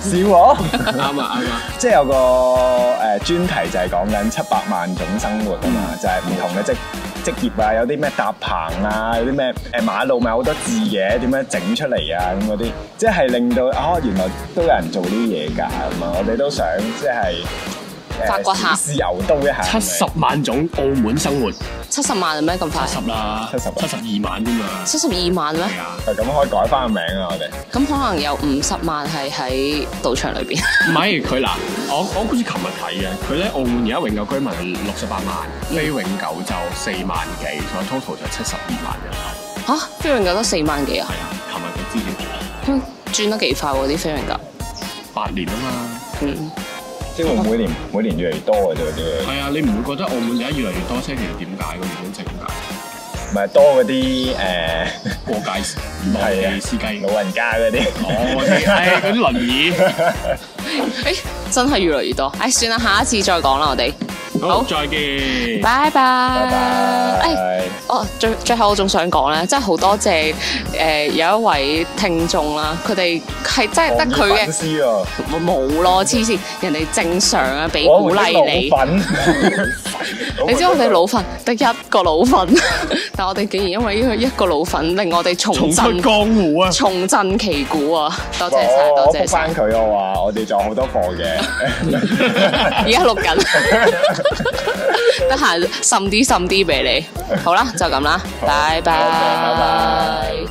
[SPEAKER 2] 笑我，
[SPEAKER 4] 啱啊啱 啊，
[SPEAKER 2] 即係有個誒專題就係講緊七百萬種生活啊嘛，就係唔同嘅職職業啊，有啲咩搭棚啊，有啲咩誒馬路咪好多字嘅，點樣整出嚟啊咁嗰啲，即係令到哦原來都有人做呢啲嘢㗎咁啊，我哋都想即係誒
[SPEAKER 3] 發掘下
[SPEAKER 2] 試牛刀一下，
[SPEAKER 4] 七十萬種澳門生活，七
[SPEAKER 3] 七十萬係咩咁快？
[SPEAKER 4] 十啦，
[SPEAKER 2] 七十
[SPEAKER 4] 七十二萬添嘛，
[SPEAKER 3] 七十二萬咩？
[SPEAKER 4] 係啊，
[SPEAKER 2] 係咁可以改翻個名啊我哋。
[SPEAKER 3] 咁可能有五十萬係喺賭場裏邊。
[SPEAKER 4] 唔係佢嗱，我我好似琴日睇嘅，佢咧澳門而家永久居民係六十八萬，
[SPEAKER 3] 嗯
[SPEAKER 4] 非永久就四萬幾，所以 total 就七十二萬人口，
[SPEAKER 3] 嚇，飛永久得四萬幾啊
[SPEAKER 4] 係？啊，琴日佢之前
[SPEAKER 3] 嗯轉得幾快喎啲飛永久。
[SPEAKER 4] 八年啊嘛，
[SPEAKER 3] 嗯，
[SPEAKER 2] 即係會每年每年越嚟越多嘅啫，啲
[SPEAKER 4] 係啊，你唔會覺得澳門而家越嚟越多車，其實點解嘅？原因正解
[SPEAKER 2] 唔係多嗰啲誒
[SPEAKER 4] 過界內地司機。
[SPEAKER 2] 老人家嗰啲。
[SPEAKER 4] 哦，我知唉嗰啲輪椅，
[SPEAKER 3] 誒，真係越嚟越多。誒，算啦，下一次再講啦，我哋。
[SPEAKER 4] 好，再見。
[SPEAKER 3] 拜拜。
[SPEAKER 2] 拜拜
[SPEAKER 3] 誒。哦，最最後我仲想講咧，真係好多謝誒、有一位聽眾啦，佢哋係真係得佢
[SPEAKER 2] 我唔係粉
[SPEAKER 3] 嘅
[SPEAKER 2] 絲喎，
[SPEAKER 3] 冇咯，黐線，人哋正常啊，俾
[SPEAKER 2] 我
[SPEAKER 3] 鼓勵你。
[SPEAKER 2] 老粉。
[SPEAKER 3] 你知我哋老粉 得一個老粉，但我哋竟然因為呢個一個老粉，令我哋重
[SPEAKER 4] 重出
[SPEAKER 3] 振
[SPEAKER 4] 江湖啊！
[SPEAKER 3] 重振旗鼓啊！多謝晒，
[SPEAKER 2] 我
[SPEAKER 3] 多
[SPEAKER 2] 我
[SPEAKER 3] 謝
[SPEAKER 2] 覆
[SPEAKER 3] 晒
[SPEAKER 2] 翻。佢，我話我哋仲有好多課嘅。
[SPEAKER 3] 而家錄緊， 得閒滲啲滲啲俾你。好啦，就咁啦，
[SPEAKER 2] 好
[SPEAKER 3] 拜拜，
[SPEAKER 2] 好拜拜。